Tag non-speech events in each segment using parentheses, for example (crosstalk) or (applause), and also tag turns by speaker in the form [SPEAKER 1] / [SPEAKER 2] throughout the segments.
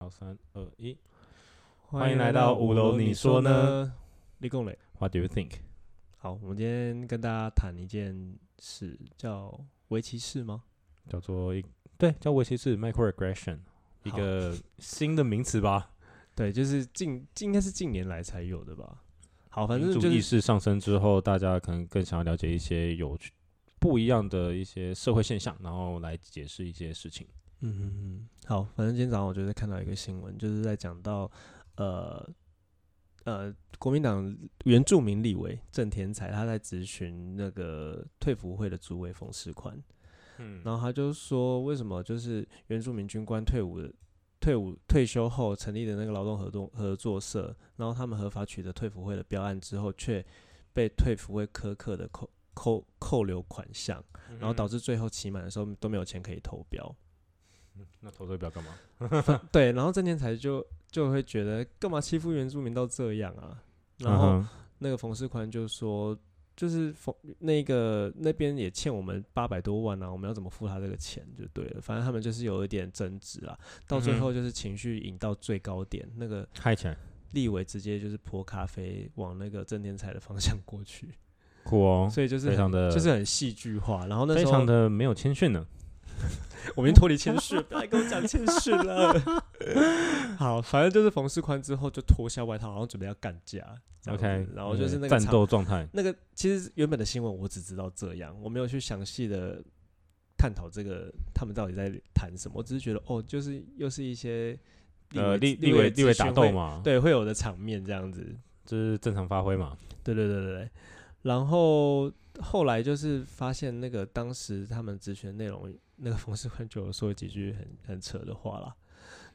[SPEAKER 1] 好，三二一，
[SPEAKER 2] 欢迎来到五楼，你说呢？立贡磊，
[SPEAKER 1] ？What do you think？
[SPEAKER 2] 好，我们今天跟大家谈一件事，叫围棋式吗？
[SPEAKER 1] 叫做一对叫围棋是 microaggression，一
[SPEAKER 2] 好
[SPEAKER 1] 个新的名词吧。
[SPEAKER 2] 对，就是近，应该是近年来才有的吧。好，反正
[SPEAKER 1] 民
[SPEAKER 2] 就
[SPEAKER 1] 主意识
[SPEAKER 2] 是
[SPEAKER 1] 上升之后，大家可能更想要了解一些有趣不一样的一些社会现象，然后来解释一些事情。
[SPEAKER 2] 嗯嗯嗯，好，反正今天早上我就是看到一个新闻，就是在讲到呃呃，国民党原住民立委郑天才他在咨询那个退服会的主委冯世宽，
[SPEAKER 1] 嗯
[SPEAKER 2] 然后他就说，为什么就是原住民军官退伍的退伍退休后成立的那个劳动合同合作社，然后他们合法取得退服会的标案之后，却被退服会苛刻的扣扣扣留款项，然后
[SPEAKER 1] 嗯
[SPEAKER 2] 导致最后期满的时候都没有钱可以投标。
[SPEAKER 1] 那投这表干嘛？
[SPEAKER 2] 对，然后郑天才就就会觉得，干嘛欺负原住民到这样啊？然后
[SPEAKER 1] 嗯哼
[SPEAKER 2] 那个冯世宽就说，就是冯那个那边也欠我们八百多万啊，我们要怎么付他这个钱就对了。反正他们就是有一点争执啊，到最
[SPEAKER 1] 嗯哼
[SPEAKER 2] 后就是情绪引到最高点，那个
[SPEAKER 1] 嗨起来
[SPEAKER 2] 立委直接就是泼咖啡往那个郑天才的方向过去，
[SPEAKER 1] 酷哦，
[SPEAKER 2] 所以就是
[SPEAKER 1] 非
[SPEAKER 2] 很
[SPEAKER 1] 常的
[SPEAKER 2] 就是很戏剧化。然后那
[SPEAKER 1] 非
[SPEAKER 2] 时
[SPEAKER 1] 常
[SPEAKER 2] 候
[SPEAKER 1] 的没有谦逊呢。
[SPEAKER 2] 我们已经脱离谦虚了，不要再跟我讲谦虚了。 (laughs) 好，反正就是冯世宽之后就脱下外套，然后准备要干架。这样子
[SPEAKER 1] OK，
[SPEAKER 2] 然后就是那个
[SPEAKER 1] 战
[SPEAKER 2] 场
[SPEAKER 1] 斗状态。
[SPEAKER 2] 那个其实原本的新闻我只知道这样，我没有去详细的探讨这个他们到底在谈什么，我只是觉得哦，就是又是一些
[SPEAKER 1] 呃，立
[SPEAKER 2] 立
[SPEAKER 1] 委
[SPEAKER 2] 立
[SPEAKER 1] 立委打斗
[SPEAKER 2] 嘛，
[SPEAKER 1] 嘛，，
[SPEAKER 2] 对，会有的场面这样子，
[SPEAKER 1] 这是正常发挥嘛。
[SPEAKER 2] 对对对对对。然后后来就是发现那个当时他们咨询的内容，那个冯世宽就有说几句很很扯的话啦。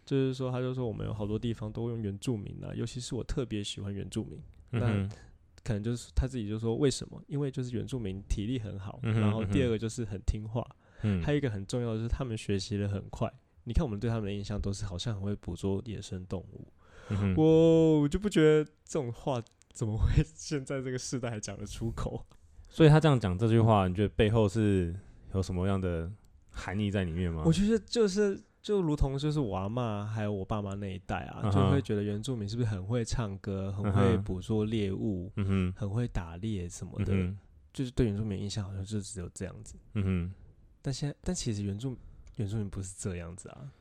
[SPEAKER 2] 就是说，他就说我们有好多地方都用原住民啊，尤其是我特别喜欢原住民，那
[SPEAKER 1] 嗯哼
[SPEAKER 2] 可能就是他自己就说为什么？因为就是原住民体力很好，
[SPEAKER 1] 嗯哼
[SPEAKER 2] 然后
[SPEAKER 1] 嗯哼
[SPEAKER 2] 第二个就是很听话，
[SPEAKER 1] 嗯
[SPEAKER 2] 还有一个很重要的就是他们学习的很快。你看我们对他们的印象都是好像很会捕捉野生动物，
[SPEAKER 1] 嗯哼
[SPEAKER 2] 我我就不觉得这种话怎么会 (laughs) 现在这个时代还讲得出口？
[SPEAKER 1] 所以他这样讲这句话，你觉得背后是有什么样的含义在里面吗？
[SPEAKER 2] 我觉得就是就如同就是我阿妈还有我爸妈那一代啊，
[SPEAKER 1] 嗯哼
[SPEAKER 2] 就会觉得原住民是不是很会唱歌，很
[SPEAKER 1] 嗯
[SPEAKER 2] 会
[SPEAKER 1] 哼
[SPEAKER 2] 捕捉猎物，
[SPEAKER 1] 嗯哼，
[SPEAKER 2] 很会打猎什么
[SPEAKER 1] 嗯
[SPEAKER 2] 的，
[SPEAKER 1] 哼，
[SPEAKER 2] 就是对原住民印象好像就只有这样子。
[SPEAKER 1] 嗯哼。
[SPEAKER 2] 但现在，但其实原著原著民不是这样子啊。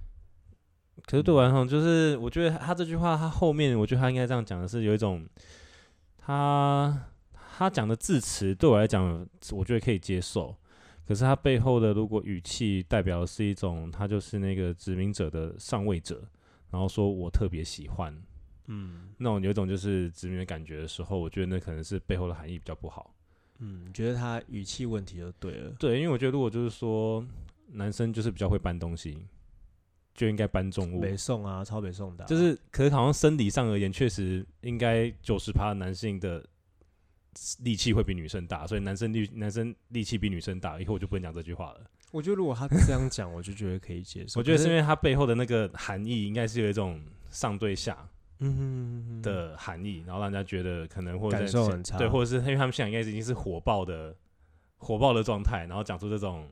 [SPEAKER 1] 可是对我来说，就是我觉得他这句话，他后面我觉得他应该这样讲的是有一种，他他讲的字词对我来讲，我觉得可以接受。可是他背后的如果语气代表的是一种，他就是那个殖民者的上位者，然后说我特别喜欢
[SPEAKER 2] 嗯
[SPEAKER 1] 那种有一种就是殖民的感觉的时候，我觉得那可能是背后的含义比较不好。
[SPEAKER 2] 嗯，你觉得他语气问题就对了。
[SPEAKER 1] 对，因为我觉得如果就是说男生就是比较会搬东西，就应该搬重物，
[SPEAKER 2] 北宋啊，超北宋的啊、
[SPEAKER 1] 就是可是好像生理上而言，确实应该九十趴男性的力气会比女生大，所以男生力男生力气比女生大，以后我就不能讲这句话了。
[SPEAKER 2] 我觉得如果他这样讲，我就觉得可以接受。
[SPEAKER 1] 我觉得
[SPEAKER 2] 可
[SPEAKER 1] 是因为它背后的那个含义，应该是有一种上对下
[SPEAKER 2] 嗯哼嗯哼
[SPEAKER 1] 的含义，然后让人家觉得可能或者
[SPEAKER 2] 感受很差，
[SPEAKER 1] 对，或者是因为他们现在应该已经是火爆的火爆的状态，然后讲出这种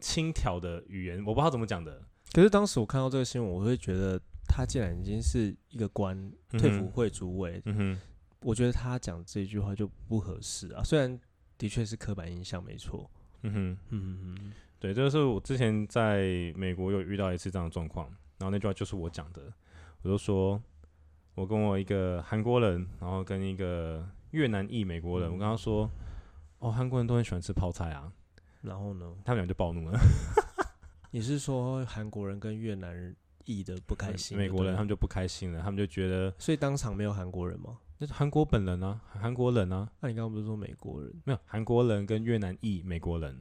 [SPEAKER 1] 轻佻的语言，我不知道怎么讲的。
[SPEAKER 2] 可是当时我看到这个新闻，我会觉得他既然已经是一个官，退
[SPEAKER 1] 嗯哼
[SPEAKER 2] 服会主委，
[SPEAKER 1] 嗯哼。
[SPEAKER 2] 我觉得他讲这句话就不合适啊。虽然的确是刻板印象，没错。
[SPEAKER 1] 嗯哼，
[SPEAKER 2] 嗯哼嗯
[SPEAKER 1] 对，这就是我之前在美国有遇到一次这样的状况，然后那句话就是我讲的，我就说，我跟我一个韩国人，然后跟一个越南裔美国人，我跟他说，哦，韩国人都很喜欢吃泡菜啊，
[SPEAKER 2] 哼，然后呢？
[SPEAKER 1] 他们俩就暴怒了，
[SPEAKER 2] 你是说韩国人跟越南裔的不开心？
[SPEAKER 1] 美国人
[SPEAKER 2] 对不对
[SPEAKER 1] 他们就不开心了，他们就觉得
[SPEAKER 2] 所以当场没有韩国人吗？
[SPEAKER 1] 那是韩国本人啊，韩国人啊，
[SPEAKER 2] 那、你刚刚不是说美国人？
[SPEAKER 1] 没有韩国人跟越南裔美国人，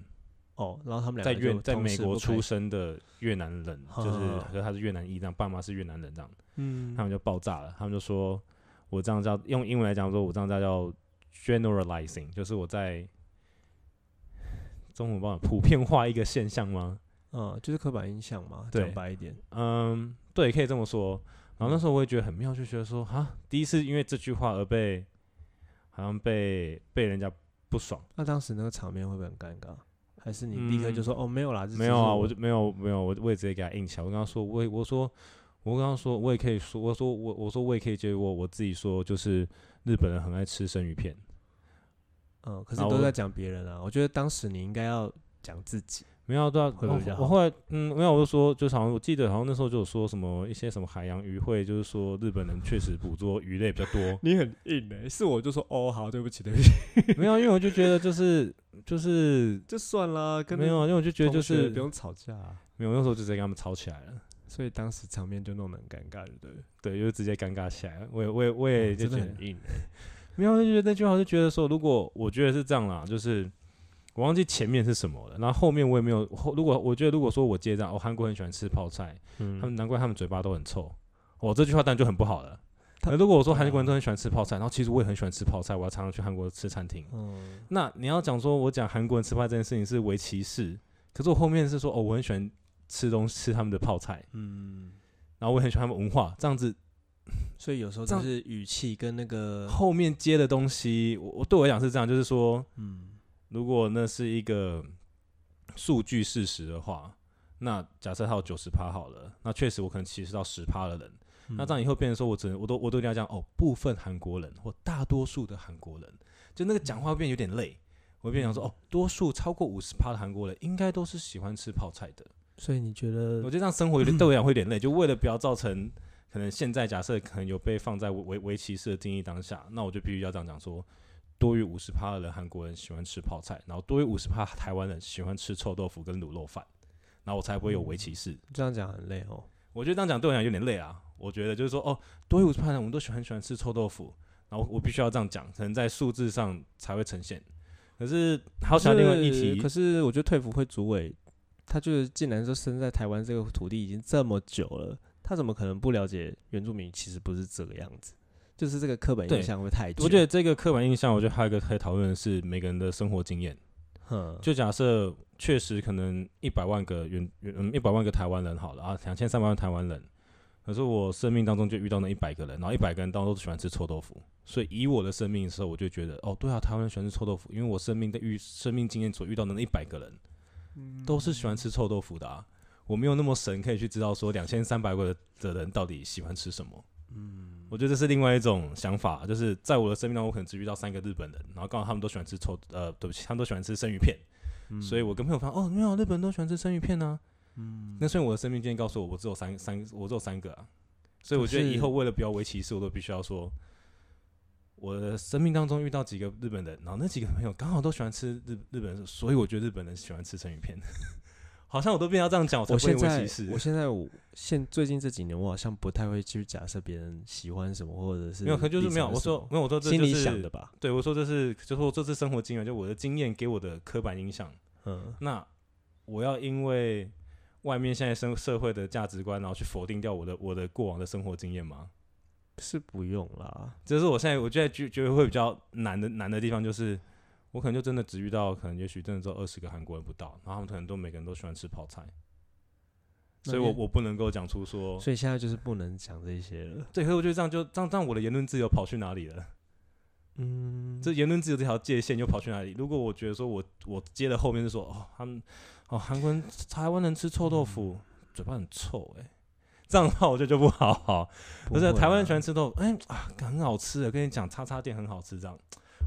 [SPEAKER 2] 哦，然后他们
[SPEAKER 1] 在
[SPEAKER 2] 两个
[SPEAKER 1] 越
[SPEAKER 2] 就
[SPEAKER 1] 在
[SPEAKER 2] 同
[SPEAKER 1] 美
[SPEAKER 2] 时
[SPEAKER 1] 国
[SPEAKER 2] 不开
[SPEAKER 1] 出
[SPEAKER 2] 心，
[SPEAKER 1] 生的越南
[SPEAKER 2] (laughs)
[SPEAKER 1] 人，
[SPEAKER 2] 哈
[SPEAKER 1] 就是
[SPEAKER 2] 哈哈
[SPEAKER 1] 可是他是越南裔，这样爸妈是越南人这样。
[SPEAKER 2] 嗯
[SPEAKER 1] 他们就爆炸了，他们就说我这样叫用英文来讲说，我这样叫叫 generalizing，就是我在中文帮普遍化一个现象吗？
[SPEAKER 2] 嗯，就是刻板印象嘛，
[SPEAKER 1] 对
[SPEAKER 2] 讲白一点，
[SPEAKER 1] 嗯，对，可以这么说。然后那时候我也觉得很妙，就觉得说哈，第一次因为这句话而被好像被被人家不爽，
[SPEAKER 2] 那当时那个场面会不会很尴尬？还是你立刻就说、哦没有啦，这
[SPEAKER 1] 没有啊，我
[SPEAKER 2] 就
[SPEAKER 1] 就没有没有，我我也直接给他硬起来，我跟他说，我也我说我刚刚说，我也可以说，我说我我说我也可以接我我自己说，就是日本人很爱吃生鱼片。
[SPEAKER 2] 嗯，可是
[SPEAKER 1] 然后
[SPEAKER 2] 都
[SPEAKER 1] 我
[SPEAKER 2] 在讲别人啊。我觉得当时你应该要讲自己，
[SPEAKER 1] 没有，对啊，
[SPEAKER 2] 会不会
[SPEAKER 1] 我
[SPEAKER 2] 比较
[SPEAKER 1] 我
[SPEAKER 2] 好。
[SPEAKER 1] 后来嗯，没有，我就说，就是好像我记得好像那时候就有说什么一些什么海洋渔会，就是说日本人确实捕捉鱼类比较多
[SPEAKER 2] 你很硬哎、是我就说哦，好，对不起，对不起，
[SPEAKER 1] 没有，因为我就觉得就是就是
[SPEAKER 2] (laughs) 就算啦， (laughs) 跟
[SPEAKER 1] 没有，啊因为我就觉得就
[SPEAKER 2] 同学
[SPEAKER 1] 是
[SPEAKER 2] 不用吵架啊、
[SPEAKER 1] 没有，那时候就直接跟他们吵起来了。
[SPEAKER 2] 所以当时场面就弄得很尴尬，对不对？
[SPEAKER 1] 对，就直接尴尬起来了。我也，我也，我也
[SPEAKER 2] 嗯
[SPEAKER 1] 就
[SPEAKER 2] 真
[SPEAKER 1] 觉
[SPEAKER 2] 的
[SPEAKER 1] 得，
[SPEAKER 2] 很硬、欸。
[SPEAKER 1] 没有，就觉得那句话就觉得说，如果我觉得是这样啦，就是我忘记前面是什么了，然后后面我也没有后。如果我觉得如果说我接这样，哦，韩国很喜欢吃泡菜，
[SPEAKER 2] 嗯
[SPEAKER 1] 他们难怪他们嘴巴都很臭。我、这句话当然就很不好了。
[SPEAKER 2] 他
[SPEAKER 1] 呃如果我说
[SPEAKER 2] 对啊
[SPEAKER 1] 韩国人都很喜欢吃泡菜，然后其实我也很喜欢吃泡菜，我要常常去韩国吃餐厅。
[SPEAKER 2] 嗯，
[SPEAKER 1] 那你要讲说我讲韩国人吃泡菜这件事情是为歧视，可是我后面是说哦，我很喜欢吃东西吃他们的泡菜，
[SPEAKER 2] 嗯，
[SPEAKER 1] 然后我也很喜欢他们文化，这样子
[SPEAKER 2] 所以有时候
[SPEAKER 1] 这
[SPEAKER 2] 就
[SPEAKER 1] 样
[SPEAKER 2] 是语气跟那个，
[SPEAKER 1] 后面接的东西，我我对我来讲是这样，就是说，
[SPEAKER 2] 嗯，
[SPEAKER 1] 如果那是一个数据事实的话，那假设它有九十趴好了，那确实我可能歧视到十趴的人，那这样以
[SPEAKER 2] 后，
[SPEAKER 1] 后变成说我只能我都我都一定要讲哦，部分韩国人或大多数的韩国人，就那个讲话会变有点累，我会变成说哦，多数超过五十趴的韩国人应该都是喜欢吃泡菜的，
[SPEAKER 2] 所以你觉
[SPEAKER 1] 我
[SPEAKER 2] 得
[SPEAKER 1] 觉得这样生活有点对我来讲会有点累，就为了不要造成可能现在假设可能有被放在围围歧视的定义当下，那我就必须要这样讲说，多于五十趴的人韩国人喜欢吃泡菜，然后多于五十趴台湾人喜欢吃臭豆腐跟卤肉饭，然后我才不会有围歧视。
[SPEAKER 2] 这样讲很累哦。
[SPEAKER 1] 我觉得这样讲对我来讲有点累啊。我觉得就是说，哦，多于五十趴的人我们都喜欢很喜欢吃臭豆腐，然后我必须要这样讲，可能在数字上才会呈现。可是还有想到另外一
[SPEAKER 2] 可
[SPEAKER 1] 题
[SPEAKER 2] 是可，是我觉得退服会主委，他就是竟然就生在台湾这个土地已经这么久了，他怎么可能不了解原住民其实不是这个样子？就是这个刻板
[SPEAKER 1] 对
[SPEAKER 2] 印象会太久。
[SPEAKER 1] 我觉得，这个刻板印象，我觉得还有一个可以讨论的是每个人的生活经验。
[SPEAKER 2] 哼，
[SPEAKER 1] 就假设确实可能一百万个原原嗯一百万个台湾人好了啊，两千三百万台湾人，可是我生命当中就遇到那一百个人，然后一百个人当中都喜欢吃臭豆腐，所以以我的生命的时候，我就觉得哦，对啊，台湾人喜欢吃臭豆腐，因为我生命的遇生命经验所遇到的那一百个人，都是喜欢吃臭豆腐的啊。我没有那么神，可以去知道说两千三百个的人到底喜欢吃什么。嗯，我觉得这是另外一种想法，就是在我的生命当中，我可能只遇到三个日本人，然后刚好他们都喜欢吃臭，呃，对不起，他们都喜欢吃生鱼片，
[SPEAKER 2] 嗯
[SPEAKER 1] 所以我跟朋友发现，哦，没有，日本人都喜欢吃生鱼片啊。嗯，那所以我的生命经验告诉我，我只有三三，我只有三个啊。所以我觉得
[SPEAKER 2] 可是
[SPEAKER 1] 以后为了不要为歧视，我都必须要说，我的生命当中遇到几个日本人，然后那几个朋友刚好都喜欢吃日日本人，所以我觉得日本人喜欢吃生鱼片。 (laughs) 好像我都变要这样讲，我才
[SPEAKER 2] 我
[SPEAKER 1] 不会
[SPEAKER 2] 现
[SPEAKER 1] 为歧
[SPEAKER 2] 在
[SPEAKER 1] 视。
[SPEAKER 2] 我现在我现最近这几年，我好像不太会去假设别人喜欢什么，或者是
[SPEAKER 1] 没有，可能就是
[SPEAKER 2] 立
[SPEAKER 1] 没有。
[SPEAKER 2] 场
[SPEAKER 1] 我
[SPEAKER 2] 什么
[SPEAKER 1] 说没有，我说这
[SPEAKER 2] 心
[SPEAKER 1] 就
[SPEAKER 2] 里
[SPEAKER 1] 是
[SPEAKER 2] 想的吧。
[SPEAKER 1] 对，我说这是，就是我这次生活经验，就我的经验给我的刻板印象。
[SPEAKER 2] 嗯，
[SPEAKER 1] 那我要因为外面现在生社会的价值观，然后去否定掉我的我的过往的生活经验吗？
[SPEAKER 2] 是不用啦。
[SPEAKER 1] 这是我现在我觉得觉觉得会比较难的难的地方，就是我可能就真的只遇到可能也许真的只有二十个韩国人不到，然后他们可能都每个人都喜欢吃泡菜，
[SPEAKER 2] 那
[SPEAKER 1] 所以我
[SPEAKER 2] 你
[SPEAKER 1] 我不能够讲出说，
[SPEAKER 2] 所以现在就是不能讲这些了。
[SPEAKER 1] 对，可是我觉得这样就这样这样我的言论自由跑去哪里了？
[SPEAKER 2] 嗯，
[SPEAKER 1] 这言论自由这条界限又跑去哪里？如果我觉得说我我接的后面是说哦，他们哦韩国人台湾人吃臭豆腐，
[SPEAKER 2] 嗯
[SPEAKER 1] 嘴巴很臭哎、这样的话我觉得就不好好。
[SPEAKER 2] 不
[SPEAKER 1] 而且
[SPEAKER 2] 会啊
[SPEAKER 1] 台湾人
[SPEAKER 2] 啦
[SPEAKER 1] 喜欢吃豆腐，哎、啊很好吃的，跟你讲叉叉店很好吃这样。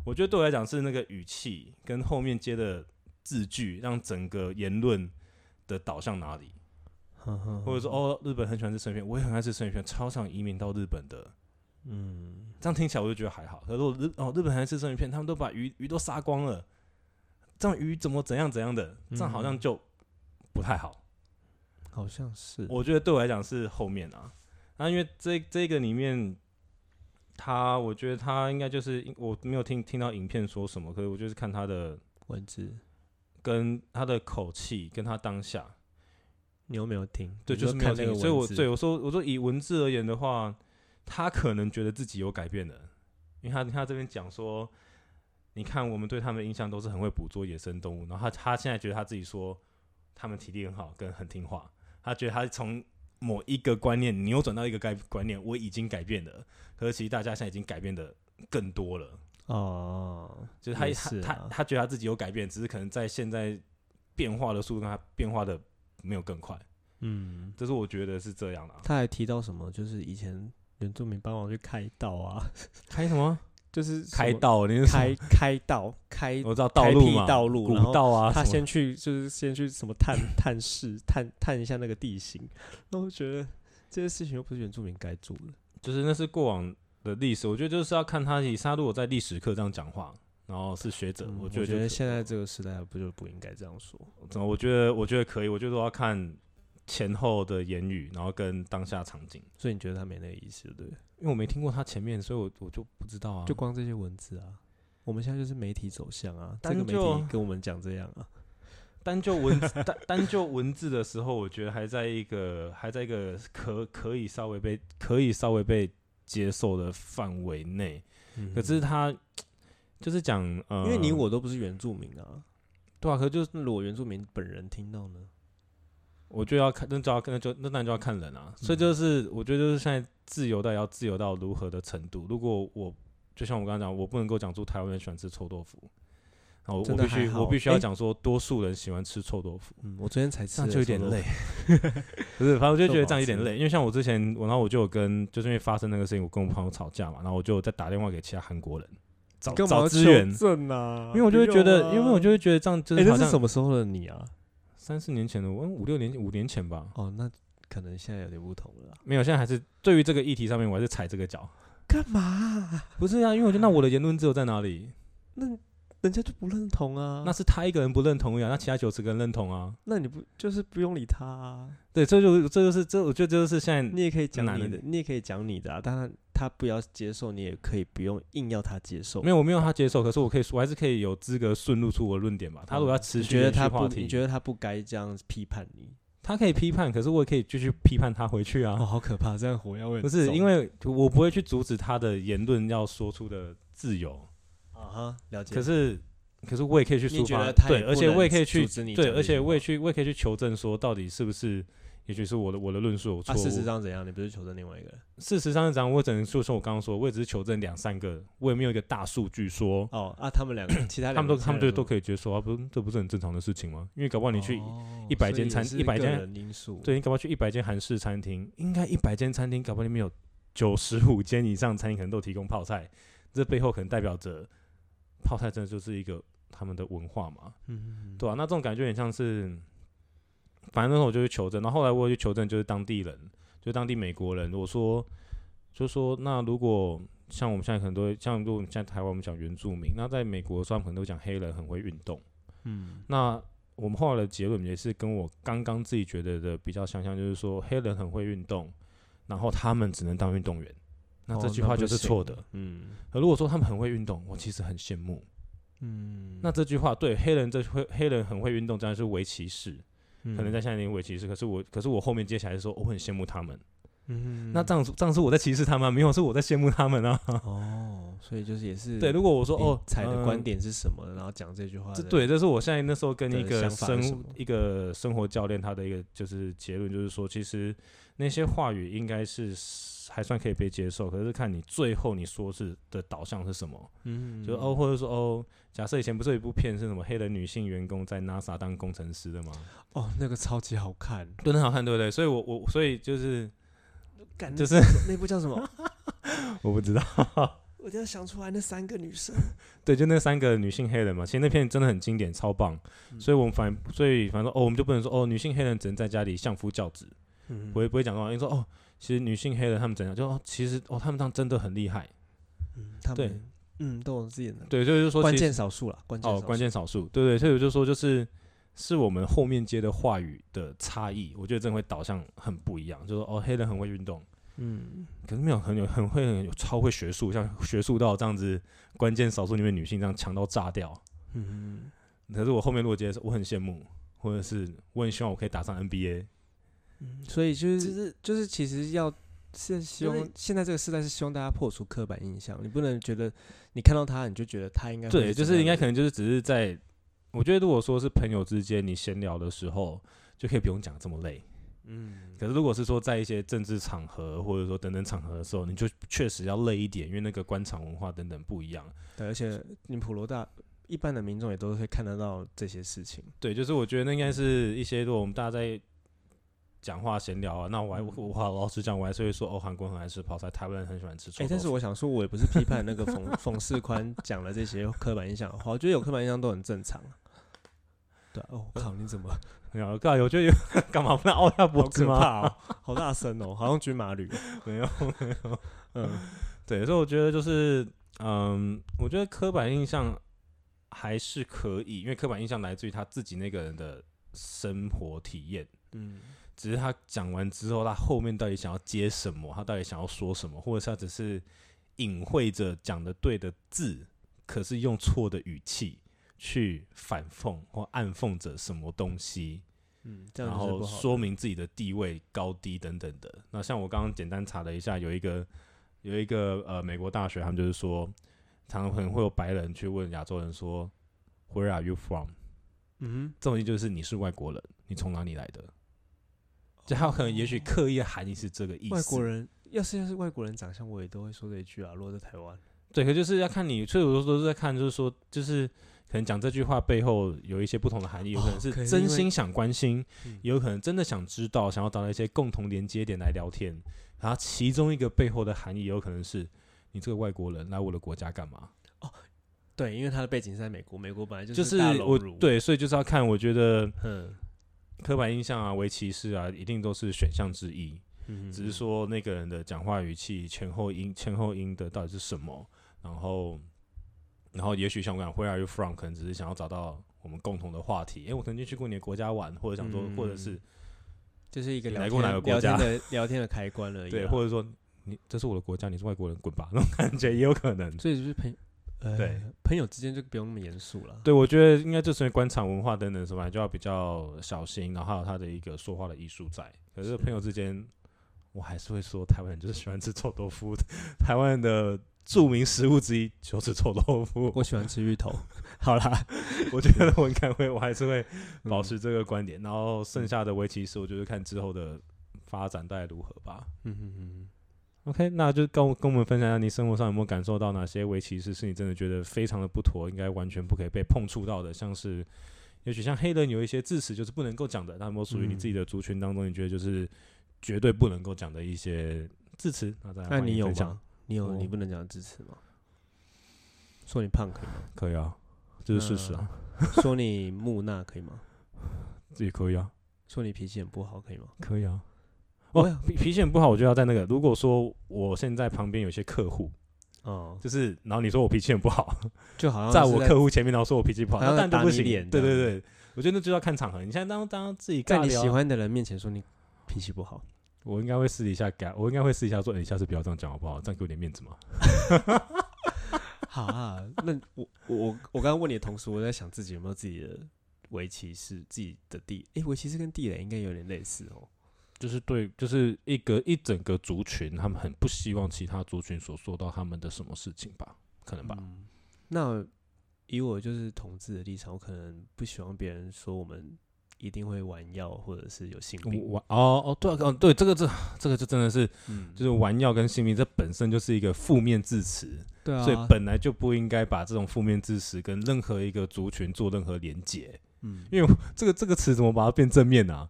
[SPEAKER 1] 我觉得对我来讲是那个语气跟后面接的字句，让整个言论的导向哪里，
[SPEAKER 2] 哼哼
[SPEAKER 1] 或者说哦日本很喜欢吃生鱼片，我也很爱吃生鱼片，超想移民到日本的。
[SPEAKER 2] 嗯，
[SPEAKER 1] 这样听起来我就觉得还好。可是我日哦，日本还吃生鱼片，他们都把鱼鱼都杀光了，这样鱼怎么怎样怎样的，这样好像就不太好。
[SPEAKER 2] 好像是。
[SPEAKER 1] 我觉得对我来讲是后面啊，那因为这这个里面，他我觉得他应该就是我没有听听到影片说什么，可是我就是看他的
[SPEAKER 2] 文字，
[SPEAKER 1] 跟他的口气跟他当下，
[SPEAKER 2] 你有没有听？
[SPEAKER 1] 对，
[SPEAKER 2] 你
[SPEAKER 1] 就是
[SPEAKER 2] 说
[SPEAKER 1] 没有
[SPEAKER 2] 看那
[SPEAKER 1] 听
[SPEAKER 2] 个
[SPEAKER 1] 你，所以我
[SPEAKER 2] 文字哦
[SPEAKER 1] 对我说，我说以文字而言的话，他可能觉得自己有改变的，因为他他这边讲说，你看我们对他们的印象都是很会捕捉野生动物，然后他他现在觉得他自己说他们体力很好，跟很听话，他觉得他从某一个观念扭转到一个概观念，我已经改变了，可是其实大家现在已经改变的更多了。
[SPEAKER 2] 哦，
[SPEAKER 1] 就是他
[SPEAKER 2] 也
[SPEAKER 1] 他
[SPEAKER 2] 是
[SPEAKER 1] 他
[SPEAKER 2] 啊
[SPEAKER 1] 他觉得他自己有改变，只是可能在现在变化的速度跟他变化的没有更快，嗯，这是我觉得是这样的、啊。
[SPEAKER 2] 他还提到什么，就是以前原住民帮忙去开道啊， (laughs)
[SPEAKER 1] 开什么？
[SPEAKER 2] 就是什
[SPEAKER 1] 开
[SPEAKER 2] 么
[SPEAKER 1] 道？你是什么
[SPEAKER 2] 开开道开
[SPEAKER 1] 我知道道
[SPEAKER 2] 开
[SPEAKER 1] 路
[SPEAKER 2] 辟
[SPEAKER 1] 嘛，
[SPEAKER 2] 道路然
[SPEAKER 1] 古
[SPEAKER 2] 后
[SPEAKER 1] 道啊，
[SPEAKER 2] 他
[SPEAKER 1] 什么
[SPEAKER 2] 先去就是先去什么
[SPEAKER 1] (laughs)
[SPEAKER 2] 探探视探探一下那个地形，那我觉得这些事情又不是原住民该做的。
[SPEAKER 1] 就是那是过往的历史，我觉得就是要看他以他如果在历史课这样讲话，然后是学者，
[SPEAKER 2] 嗯
[SPEAKER 1] 我
[SPEAKER 2] 我
[SPEAKER 1] 觉得
[SPEAKER 2] 觉得
[SPEAKER 1] 就
[SPEAKER 2] 现在这个时代不就不应该这样说。
[SPEAKER 1] 怎么，我觉得我觉得可以，我觉得我要看前后的言语，然后跟当下场景，
[SPEAKER 2] 所以你觉得他没那个意思，对不对？
[SPEAKER 1] 因为我没听过他前面，所以我我就不知道啊。
[SPEAKER 2] 就光这些文字啊，我们现在就是媒体走向啊，这
[SPEAKER 1] 单
[SPEAKER 2] 个媒
[SPEAKER 1] 就
[SPEAKER 2] 体跟我们讲这样啊，
[SPEAKER 1] 单就文 (laughs) 字单单就文字的时候，我觉得还在一个还在一个可可以稍微被可以稍微被接受的范围内，
[SPEAKER 2] 嗯
[SPEAKER 1] 可是他就是讲呃，
[SPEAKER 2] 因为你我都不是原住民嗯啊，
[SPEAKER 1] 对啊，可是就是。
[SPEAKER 2] 那如果原住民本人听到呢？
[SPEAKER 1] 我就要看，那就要那就那当然就要看人啊。
[SPEAKER 2] 嗯
[SPEAKER 1] 所以就是我觉得就是现在自由到要自由到如何的程度。如果我就像我刚刚讲，我不能够讲出台湾人喜欢吃臭豆腐，然后我
[SPEAKER 2] 真
[SPEAKER 1] 我
[SPEAKER 2] 的
[SPEAKER 1] 必须
[SPEAKER 2] 还好
[SPEAKER 1] 我必须要
[SPEAKER 2] 诶
[SPEAKER 1] 讲说多数人喜欢吃臭豆腐，
[SPEAKER 2] 嗯，我昨天才吃
[SPEAKER 1] 这
[SPEAKER 2] 了
[SPEAKER 1] 样就
[SPEAKER 2] 臭豆
[SPEAKER 1] 有
[SPEAKER 2] 腐，
[SPEAKER 1] 点累。不是，反
[SPEAKER 2] (laughs)
[SPEAKER 1] 正我就觉得这样有点
[SPEAKER 2] 豆腐
[SPEAKER 1] 累，因为像我之前，我然后我就有跟就是因为发生那个事情，我跟我朋友吵架嘛，然后我就在打电话给其他韩国人找
[SPEAKER 2] 你干嘛
[SPEAKER 1] 找
[SPEAKER 2] 要
[SPEAKER 1] 资源
[SPEAKER 2] 求，证啊，
[SPEAKER 1] 因为我就会觉
[SPEAKER 2] 不
[SPEAKER 1] 得，
[SPEAKER 2] 用啊
[SPEAKER 1] 因为我就会觉得这样就
[SPEAKER 2] 哎，
[SPEAKER 1] 是好
[SPEAKER 2] 那
[SPEAKER 1] 像
[SPEAKER 2] 是什么时候的你啊？
[SPEAKER 1] 三四年前的，我嗯五六年五年前吧，
[SPEAKER 2] 哦，那可能现在有点不同了啊。
[SPEAKER 1] 没有，现在还是对于这个议题上面，我还是踩这个脚。
[SPEAKER 2] 干嘛啊？
[SPEAKER 1] 不是啊，因为我觉得那我的言论自由在哪里？
[SPEAKER 2] 那人家就不认同啊，
[SPEAKER 1] 那是他一个人不认同啊呀，那其他九十个人认同啊。
[SPEAKER 2] 那你不就是不用理他啊？
[SPEAKER 1] 对，这就这就是这，我觉得这就是现在
[SPEAKER 2] 你也可以讲
[SPEAKER 1] 男
[SPEAKER 2] 你
[SPEAKER 1] 人
[SPEAKER 2] 的，你也可以讲你的啊，当然他不要接受，你也可以不用硬要他接受。
[SPEAKER 1] 没有我没有他接受，可是我可以我还是可以有资格顺露出我的论点吧。他如果要持
[SPEAKER 2] 你
[SPEAKER 1] 续
[SPEAKER 2] 觉得
[SPEAKER 1] 延续
[SPEAKER 2] 他
[SPEAKER 1] 话
[SPEAKER 2] 不，你
[SPEAKER 1] 题，
[SPEAKER 2] 觉得他不该这样批判你？
[SPEAKER 1] 他可以批判，可是我也可以继续批判他回去
[SPEAKER 2] 哦，
[SPEAKER 1] 啊。
[SPEAKER 2] 好可怕，这样火药味很
[SPEAKER 1] 不是
[SPEAKER 2] 重
[SPEAKER 1] 因为我不会去阻止他的言论要说出的自由，
[SPEAKER 2] 啊哈，了解。
[SPEAKER 1] 可是可是我也可以去
[SPEAKER 2] 你
[SPEAKER 1] 抒
[SPEAKER 2] 觉
[SPEAKER 1] 发
[SPEAKER 2] 得，他
[SPEAKER 1] 对，
[SPEAKER 2] 也
[SPEAKER 1] 而
[SPEAKER 2] 不
[SPEAKER 1] 且我也
[SPEAKER 2] 能
[SPEAKER 1] 可以去
[SPEAKER 2] 阻止你
[SPEAKER 1] 对，
[SPEAKER 2] 讲
[SPEAKER 1] 而
[SPEAKER 2] 这
[SPEAKER 1] 且
[SPEAKER 2] 句
[SPEAKER 1] 我也
[SPEAKER 2] 话
[SPEAKER 1] 去我也可以去求证说到底是不是，也许是我的我的论述有错
[SPEAKER 2] 啊，
[SPEAKER 1] 误。
[SPEAKER 2] 事实上怎样？你不是求证另外一个人？
[SPEAKER 1] 事实上是这样，我只能就说我刚刚说，我也只是求证两三个，我也没有一个大数据说
[SPEAKER 2] 哦啊，他们两个，其他
[SPEAKER 1] 他们都他们都都
[SPEAKER 2] 以。
[SPEAKER 1] 可以接受啊，不，这不是很正常的事情吗？因为搞不好你去，
[SPEAKER 2] 哦
[SPEAKER 1] 100
[SPEAKER 2] 所以
[SPEAKER 1] 间
[SPEAKER 2] 也
[SPEAKER 1] 餐
[SPEAKER 2] 是
[SPEAKER 1] 100
[SPEAKER 2] 个
[SPEAKER 1] 间
[SPEAKER 2] 人因素，
[SPEAKER 1] 对你搞不好去一百间韩式餐厅，应该一百间餐厅搞不好里面有九十五间以上餐厅可能都提供泡菜，这背后可能代表着泡菜真的就是一个他们的文化嘛，
[SPEAKER 2] 嗯，嗯，嗯
[SPEAKER 1] 对啊，那这种感觉有点像是，反正那时候我就去求证，然后后来我也去求证，就是当地人，就是当地美国人，我说，就说那如果像我们现在很多，像如果我们现在台湾我们讲原住民，那在美国的时候他们可能都讲黑人很会运动，
[SPEAKER 2] 嗯，
[SPEAKER 1] 那我们后来的结论也是跟我刚刚自己觉得的比较相像，就是说黑人很会运动，然后他们只能当运动员，那这
[SPEAKER 2] 哦
[SPEAKER 1] 句话
[SPEAKER 2] 不
[SPEAKER 1] 就是
[SPEAKER 2] 行
[SPEAKER 1] 错的。
[SPEAKER 2] 嗯
[SPEAKER 1] 而如果说他们很会运动，我其实很羡慕。
[SPEAKER 2] 嗯，
[SPEAKER 1] 那这句话对黑人这会黑人很会运动，当然是为歧视，可能
[SPEAKER 2] 嗯
[SPEAKER 1] 在下一年为歧视。可是我，可是我后面接下来说，我很羡慕他们。
[SPEAKER 2] 嗯，
[SPEAKER 1] 那这样这样是我在歧视他们、啊，没有是我在羡慕他们啊。
[SPEAKER 2] 哦，所以就是也是
[SPEAKER 1] 对，如果我说哦
[SPEAKER 2] 你，采的
[SPEAKER 1] 嗯
[SPEAKER 2] 观，点是什么，然后讲这句话
[SPEAKER 1] 这
[SPEAKER 2] 的，
[SPEAKER 1] 啊对，这是我现在那时候跟一
[SPEAKER 2] 的
[SPEAKER 1] 个
[SPEAKER 2] 想法是什
[SPEAKER 1] 生
[SPEAKER 2] 么
[SPEAKER 1] 一个生活教练他的一个就是结论，就是说，其实那些话语应该是还算可以被接受，可是看你最后你说是的导向是什么。
[SPEAKER 2] 嗯，嗯，
[SPEAKER 1] 就哦，或者说哦，假设以前不是有一部片是什么黑人女性员工在 NASA 当工程师的吗？
[SPEAKER 2] 哦，那个超级好看，
[SPEAKER 1] 对，很好看，对不对？所以我我所以就是
[SPEAKER 2] 感
[SPEAKER 1] 就
[SPEAKER 2] 就是
[SPEAKER 1] 是
[SPEAKER 2] 那部叫什么？
[SPEAKER 1] 我不知道，
[SPEAKER 2] 我就要想出来那三个女生，
[SPEAKER 1] 对，就那三个女性黑人嘛，其实那片真的很经典，超棒。
[SPEAKER 2] 嗯
[SPEAKER 1] 所以我们反所以反正哦，我们就不能说哦，女性黑人只能在家里相夫教子，
[SPEAKER 2] 嗯
[SPEAKER 1] 不会不会讲到你说哦，其实女性黑人她们怎样，就哦，其实哦，她们这样真的很厉害。
[SPEAKER 2] 嗯，他
[SPEAKER 1] 对
[SPEAKER 2] 们嗯都有自己的能力
[SPEAKER 1] 对，就是说
[SPEAKER 2] 关
[SPEAKER 1] 其实
[SPEAKER 2] 键少数啦，关键
[SPEAKER 1] 哦，
[SPEAKER 2] 少
[SPEAKER 1] 关
[SPEAKER 2] 数
[SPEAKER 1] 键少数，对对，所以我就说就是是我们后面接的话语的差异，我觉得真的会导向很不一样，就说哦，黑人很会运动。
[SPEAKER 2] 嗯
[SPEAKER 1] 可是没有很有很会很有超会学术，像学术到这样子，关键少数里面女性这样强到炸掉。
[SPEAKER 2] 嗯
[SPEAKER 1] 可是我后面落接，我很羡慕，或者是我很希望我可以打上 NBA。
[SPEAKER 2] 嗯，所以就是
[SPEAKER 1] 就
[SPEAKER 2] 就是就是其实要。是希
[SPEAKER 1] 就
[SPEAKER 2] 望
[SPEAKER 1] 是
[SPEAKER 2] 现在这个时代是希望大家破除刻板印象，你不能觉得你看到他你就觉得他应该会
[SPEAKER 1] 对，就是
[SPEAKER 2] 怎
[SPEAKER 1] 应该
[SPEAKER 2] 样
[SPEAKER 1] 可能就是只是在，我觉得如果说是朋友之间你闲聊的时候，就可以不用讲这么累。
[SPEAKER 2] 嗯
[SPEAKER 1] 可是如果是说在一些政治场合或者说等等场合的时候，你就确实要累一点，因为那个官场文化等等不一样。
[SPEAKER 2] 对，而且你普罗大一般的民众也都会看得到这些事情。
[SPEAKER 1] 对，就是我觉得那应该是一些，如果我们大家在讲话闲聊啊，那我还
[SPEAKER 2] 嗯
[SPEAKER 1] 我好老实讲，我还是会说哦，韩国人很爱吃泡菜，台湾人很喜欢吃臭豆
[SPEAKER 2] 哎、
[SPEAKER 1] 腐。
[SPEAKER 2] 但是我想说，我也不是批判那个冯 (laughs) 冯世宽讲了这些刻板印象的话，我觉得有刻板印象都很正常啊。对啊、哦，我靠，你怎么
[SPEAKER 1] 没有，告我觉得有 (laughs) 干嘛不能凹 (laughs) 下脖
[SPEAKER 2] 好
[SPEAKER 1] 子
[SPEAKER 2] 可
[SPEAKER 1] 吗？
[SPEAKER 2] 怕哦，好大声哦， (laughs) 好像军马旅。
[SPEAKER 1] 没有， (laughs)
[SPEAKER 2] 嗯，
[SPEAKER 1] 对，所以我觉得就是，嗯，我觉得刻板印象还是可以，因为刻板印象来自于他自己那个人的生活体验。
[SPEAKER 2] 嗯，
[SPEAKER 1] 只是他讲完之后，他后面到底想要接什么，他到底想要说什么，或者是他只是隐晦着讲的对的字，可是用错的语气去反讽或暗讽着什么东西，
[SPEAKER 2] 嗯，这样
[SPEAKER 1] 然
[SPEAKER 2] 就是
[SPEAKER 1] 后
[SPEAKER 2] 不好。
[SPEAKER 1] 说明自己的地位高低等等的。那像我刚刚简单查了一下，有一个有一个呃美国大学，他们就是说，常常可能会有白人去问亚洲人说，Where are you from？
[SPEAKER 2] 嗯
[SPEAKER 1] 这种意思就是你是外国人，你从哪里来的？就他可能也许刻意的含义是这个意
[SPEAKER 2] 哼，
[SPEAKER 1] 思。
[SPEAKER 2] 外国人要是要是外国人长相，我也都会说这一句啊。落在台湾，
[SPEAKER 1] 对，可就是要看你，所以我都是在看，就是说，就是可能讲这句话背后有一些不同的含义，有可能
[SPEAKER 2] 哦可
[SPEAKER 1] 是
[SPEAKER 2] 以
[SPEAKER 1] 真
[SPEAKER 2] 因为
[SPEAKER 1] 心想关心，
[SPEAKER 2] 嗯
[SPEAKER 1] 也有可能真的想知道，想要找到一些共同连接点来聊天。然后其中一个背后的含义，也有可能是你这个外国人来我的国家干嘛？
[SPEAKER 2] 对，因为他的背景是在美国，美国本来
[SPEAKER 1] 就是是
[SPEAKER 2] 大熔
[SPEAKER 1] 我
[SPEAKER 2] 炉，
[SPEAKER 1] 对，所以就是要看，我觉得
[SPEAKER 2] 嗯，
[SPEAKER 1] 刻板印象啊、为歧视啊，一定都是选项之一。
[SPEAKER 2] 嗯
[SPEAKER 1] 只是说那个人的讲话语气、前后音、前后音的到底是什么，然后，然后也许像我讲 Where are you from，可能只是想要找到我们共同的话题。诶，我曾经去过你的国家玩，或者想
[SPEAKER 2] 嗯
[SPEAKER 1] 说，或者是
[SPEAKER 2] 就是一个
[SPEAKER 1] 你
[SPEAKER 2] 聊
[SPEAKER 1] 来过
[SPEAKER 2] 天
[SPEAKER 1] 哪个国
[SPEAKER 2] 聊天
[SPEAKER 1] 家
[SPEAKER 2] 的聊天的开关而已啊。
[SPEAKER 1] 对，或者说你这是我的国家，你是外国人，滚吧，那 (laughs) 种感觉也有可能。
[SPEAKER 2] 所以就是朋友，呃，
[SPEAKER 1] 对，
[SPEAKER 2] 朋友之间就不用那么严肃了。
[SPEAKER 1] 对，我觉得应该就是官场文化等等什么，就要比较小心，然后还有他的一个说话的艺术在。可是
[SPEAKER 2] 是
[SPEAKER 1] 朋友之间，我还是会说台湾人就是喜欢吃臭豆腐， (laughs) 台湾人的著名食物之一就是臭豆腐。
[SPEAKER 2] 我喜欢吃芋头。好啦，
[SPEAKER 1] 我觉得我应该会，我还是会 (laughs) 保
[SPEAKER 2] 嗯
[SPEAKER 1] 持这个观点。然后剩下的围棋师，我就是看之后的发展大概如何吧。
[SPEAKER 2] 嗯嗯嗯，
[SPEAKER 1] OK，那就跟我跟我们分享一下，你生活上有没有感受到哪些围棋师是你真的觉得非常的不妥，应该完全不可以被碰触到的？像是，也许像黑人有一些字词就是不能够讲的，那有没有属于你
[SPEAKER 2] 嗯
[SPEAKER 1] 自己的族群当中，你觉得就是绝对不能够讲的一些字词？那大家
[SPEAKER 2] 那
[SPEAKER 1] 嗯欢
[SPEAKER 2] 你
[SPEAKER 1] 迎
[SPEAKER 2] 有
[SPEAKER 1] 分享
[SPEAKER 2] 吗？？你有
[SPEAKER 1] 我
[SPEAKER 2] 你不能讲支持吗？说你胖可以吗？
[SPEAKER 1] 可以啊，这是事实啊，
[SPEAKER 2] (laughs) 说你木讷可以吗？
[SPEAKER 1] 自己可以啊，
[SPEAKER 2] 说你脾气很不好可以吗？
[SPEAKER 1] 可以啊。
[SPEAKER 2] 我有
[SPEAKER 1] 哦，脾 (laughs) 脾气很不好，我就要在那个。如果说我现在旁边有些客户，
[SPEAKER 2] 哦，
[SPEAKER 1] 就是然后你说我脾气很不好，
[SPEAKER 2] 就好像
[SPEAKER 1] 在
[SPEAKER 2] 哦是
[SPEAKER 1] 我客户前面然后说我脾气不好，
[SPEAKER 2] 好
[SPEAKER 1] 那
[SPEAKER 2] 像
[SPEAKER 1] 当然就
[SPEAKER 2] 打
[SPEAKER 1] 不
[SPEAKER 2] 你
[SPEAKER 1] 行。
[SPEAKER 2] 脸
[SPEAKER 1] 对
[SPEAKER 2] 这
[SPEAKER 1] 对
[SPEAKER 2] 样
[SPEAKER 1] 对，我觉得那就要看场合。你现在当当自己
[SPEAKER 2] 在
[SPEAKER 1] 尬
[SPEAKER 2] 你
[SPEAKER 1] 聊
[SPEAKER 2] 喜，欢的人面前说你脾气不
[SPEAKER 1] (laughs)
[SPEAKER 2] 好，
[SPEAKER 1] 我应该会私底下改，我应该会私底下说，哎你下次不要这样讲好不好？这样给我点面子嘛。
[SPEAKER 2] 好啊， (laughs) 那我我我我刚刚问你的同时，我在想自己有没有自己的围棋是自己的地，诶，围棋是跟地雷应该有点类似哦。
[SPEAKER 1] 就是对，就是一个一整个族群，他们很不希望其他族群所说到他们的什么事情吧，可能吧。
[SPEAKER 2] 嗯，那以我就是统治的立场，我可能不希望别人说我们一定会玩药或者是有性
[SPEAKER 1] 我
[SPEAKER 2] 病。
[SPEAKER 1] 我哦哦对啊哦对，这个这这个就真的是
[SPEAKER 2] 嗯，
[SPEAKER 1] 就是玩药跟性命，这本身就是一个负面字词。
[SPEAKER 2] 对啊，
[SPEAKER 1] 所以本来就不应该把这种负面知识跟任何一个族群做任何连结，
[SPEAKER 2] 嗯，
[SPEAKER 1] 因为这个这个词怎么把它变正面啊？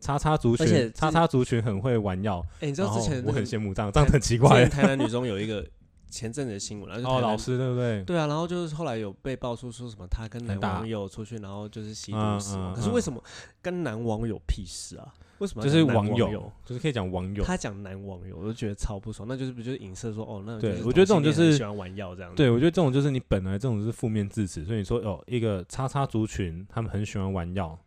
[SPEAKER 1] 叉叉族
[SPEAKER 2] 而且
[SPEAKER 1] 群，
[SPEAKER 2] 这
[SPEAKER 1] 叉叉族群很会玩药，
[SPEAKER 2] 哎、你知
[SPEAKER 1] 然
[SPEAKER 2] 道
[SPEAKER 1] 后
[SPEAKER 2] 之前
[SPEAKER 1] 我很
[SPEAKER 2] 羡
[SPEAKER 1] 羡
[SPEAKER 2] 慕，
[SPEAKER 1] 慕这样，这样很奇
[SPEAKER 2] 之
[SPEAKER 1] 怪
[SPEAKER 2] 前。台南女中有一个前阵子的新闻，然后就
[SPEAKER 1] 哦，
[SPEAKER 2] 台南
[SPEAKER 1] 老师对不对？
[SPEAKER 2] 对啊，然后就是后来有被爆出说什么他跟
[SPEAKER 1] 很
[SPEAKER 2] 男
[SPEAKER 1] 大
[SPEAKER 2] 网友出去，然后就是吸毒
[SPEAKER 1] 嗯
[SPEAKER 2] 死亡。
[SPEAKER 1] 嗯
[SPEAKER 2] 可是
[SPEAKER 1] 嗯
[SPEAKER 2] 为什么跟男网友屁事啊？为什么
[SPEAKER 1] 就
[SPEAKER 2] 要
[SPEAKER 1] 是
[SPEAKER 2] 讲男
[SPEAKER 1] 网
[SPEAKER 2] 网
[SPEAKER 1] 友，就是可以讲网友。
[SPEAKER 2] 他讲男网友，我就觉得超不爽。那就是不就是影射说哦，那
[SPEAKER 1] 对
[SPEAKER 2] 就是
[SPEAKER 1] 我觉得这
[SPEAKER 2] 同
[SPEAKER 1] 种就
[SPEAKER 2] 性恋很
[SPEAKER 1] 是
[SPEAKER 2] 喜欢玩药这样子。
[SPEAKER 1] 对，我觉得这种就是你本来这种就是负面字词，所以你说哦，一个叉叉族群他们很喜欢玩药，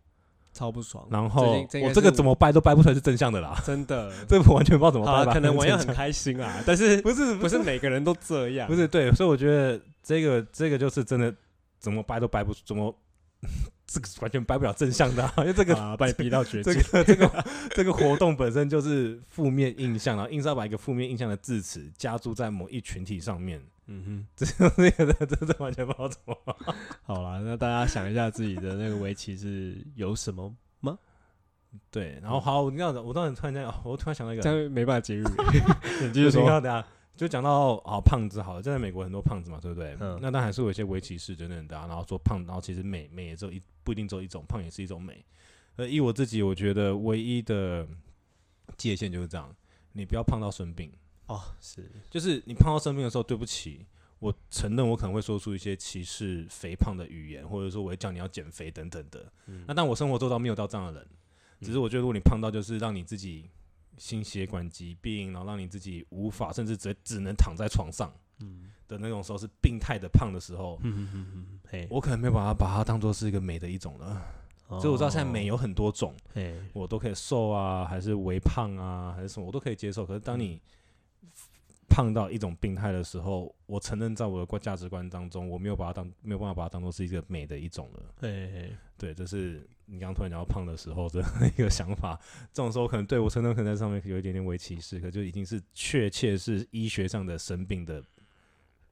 [SPEAKER 2] 超不爽。
[SPEAKER 1] 然后
[SPEAKER 2] 应该
[SPEAKER 1] 我
[SPEAKER 2] 是
[SPEAKER 1] 这个怎么掰都掰不出来是正向的啦， (laughs)
[SPEAKER 2] 真的？
[SPEAKER 1] 这我完全不知道怎么
[SPEAKER 2] 好
[SPEAKER 1] 掰 (laughs)
[SPEAKER 2] 啊，
[SPEAKER 1] 吧。
[SPEAKER 2] 可能玩
[SPEAKER 1] 正
[SPEAKER 2] 药很
[SPEAKER 1] 向
[SPEAKER 2] 开心啊，但是
[SPEAKER 1] 不是
[SPEAKER 2] 不是每个人都这样？
[SPEAKER 1] 不是对，所以我觉得这个这个就是真的怎么掰都掰不出，怎么这个完全掰不了正向的啊、因为这个、
[SPEAKER 2] 啊，把你逼到绝
[SPEAKER 1] 这
[SPEAKER 2] 境。
[SPEAKER 1] 个这个这个活动本身就是负面印象，啊然后硬是要把一个负面印象的字词加注在某一群体上面， (laughs)
[SPEAKER 2] 嗯
[SPEAKER 1] 这这个这这完全不知道怎么。 (laughs)
[SPEAKER 2] 哼，好啦，那大家想一下自己的那个围棋是有什么？
[SPEAKER 1] 对，然后好，我这样子，我当时突然间，哦我突然想到一个，
[SPEAKER 2] 这样没办法结语。啊 (laughs) 你继
[SPEAKER 1] 就是
[SPEAKER 2] 续说。
[SPEAKER 1] 要等下就讲到啊胖子好了，在美国很多胖子嘛，对不对？
[SPEAKER 2] 嗯
[SPEAKER 1] 那当然还是有一些围棋士等等的、啊，然后说胖，然后其实美美也只有一不一定只有一种，胖也是一种美。呃，依我自己，我觉得唯一的界限就是这样，你不要胖到生病。
[SPEAKER 2] 哦，是
[SPEAKER 1] 就是你胖到生病的时候，对不起，我承认我可能会说出一些歧视肥胖的语言，或者说我会叫你要减肥等等的。那但我生活周遭没有到这样的人，只是我觉得如果你胖到就是让你自己心血管疾病，然后让你自己无法甚至只只能躺在床上的那种时候，是病态的胖的时候，
[SPEAKER 2] 嗯嘿，
[SPEAKER 1] 我可能没有把它把它当做是一个美的一种了。
[SPEAKER 2] 哦
[SPEAKER 1] 所以我知道现在美
[SPEAKER 2] 有，
[SPEAKER 1] 有很多种，
[SPEAKER 2] 嘿，
[SPEAKER 1] 我都可以瘦啊，还是微胖啊，还是什么，我都可以接受。可是当你
[SPEAKER 2] 嗯
[SPEAKER 1] 胖到一种病态的时候，我承认在我的观价值观当中，我没有把它当没有办法把它当做是一个美的一种了。
[SPEAKER 2] 嘿嘿，
[SPEAKER 1] 对，这是你刚刚突然讲到胖的时候的一个想法。这种时候可能对我承认可能在上面有一点点微歧视，可就已经是确切是医学上的生病的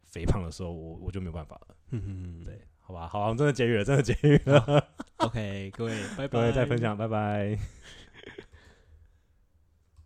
[SPEAKER 1] 肥胖的时候，我我就没有办法了。
[SPEAKER 2] 嗯嗯嗯，
[SPEAKER 1] 对，好
[SPEAKER 2] (laughs)
[SPEAKER 1] 吧，好，我们真的结语了，真的结语了， (laughs)
[SPEAKER 2] OK，各位，拜
[SPEAKER 1] 各位
[SPEAKER 2] 拜，
[SPEAKER 1] 再分享，拜拜。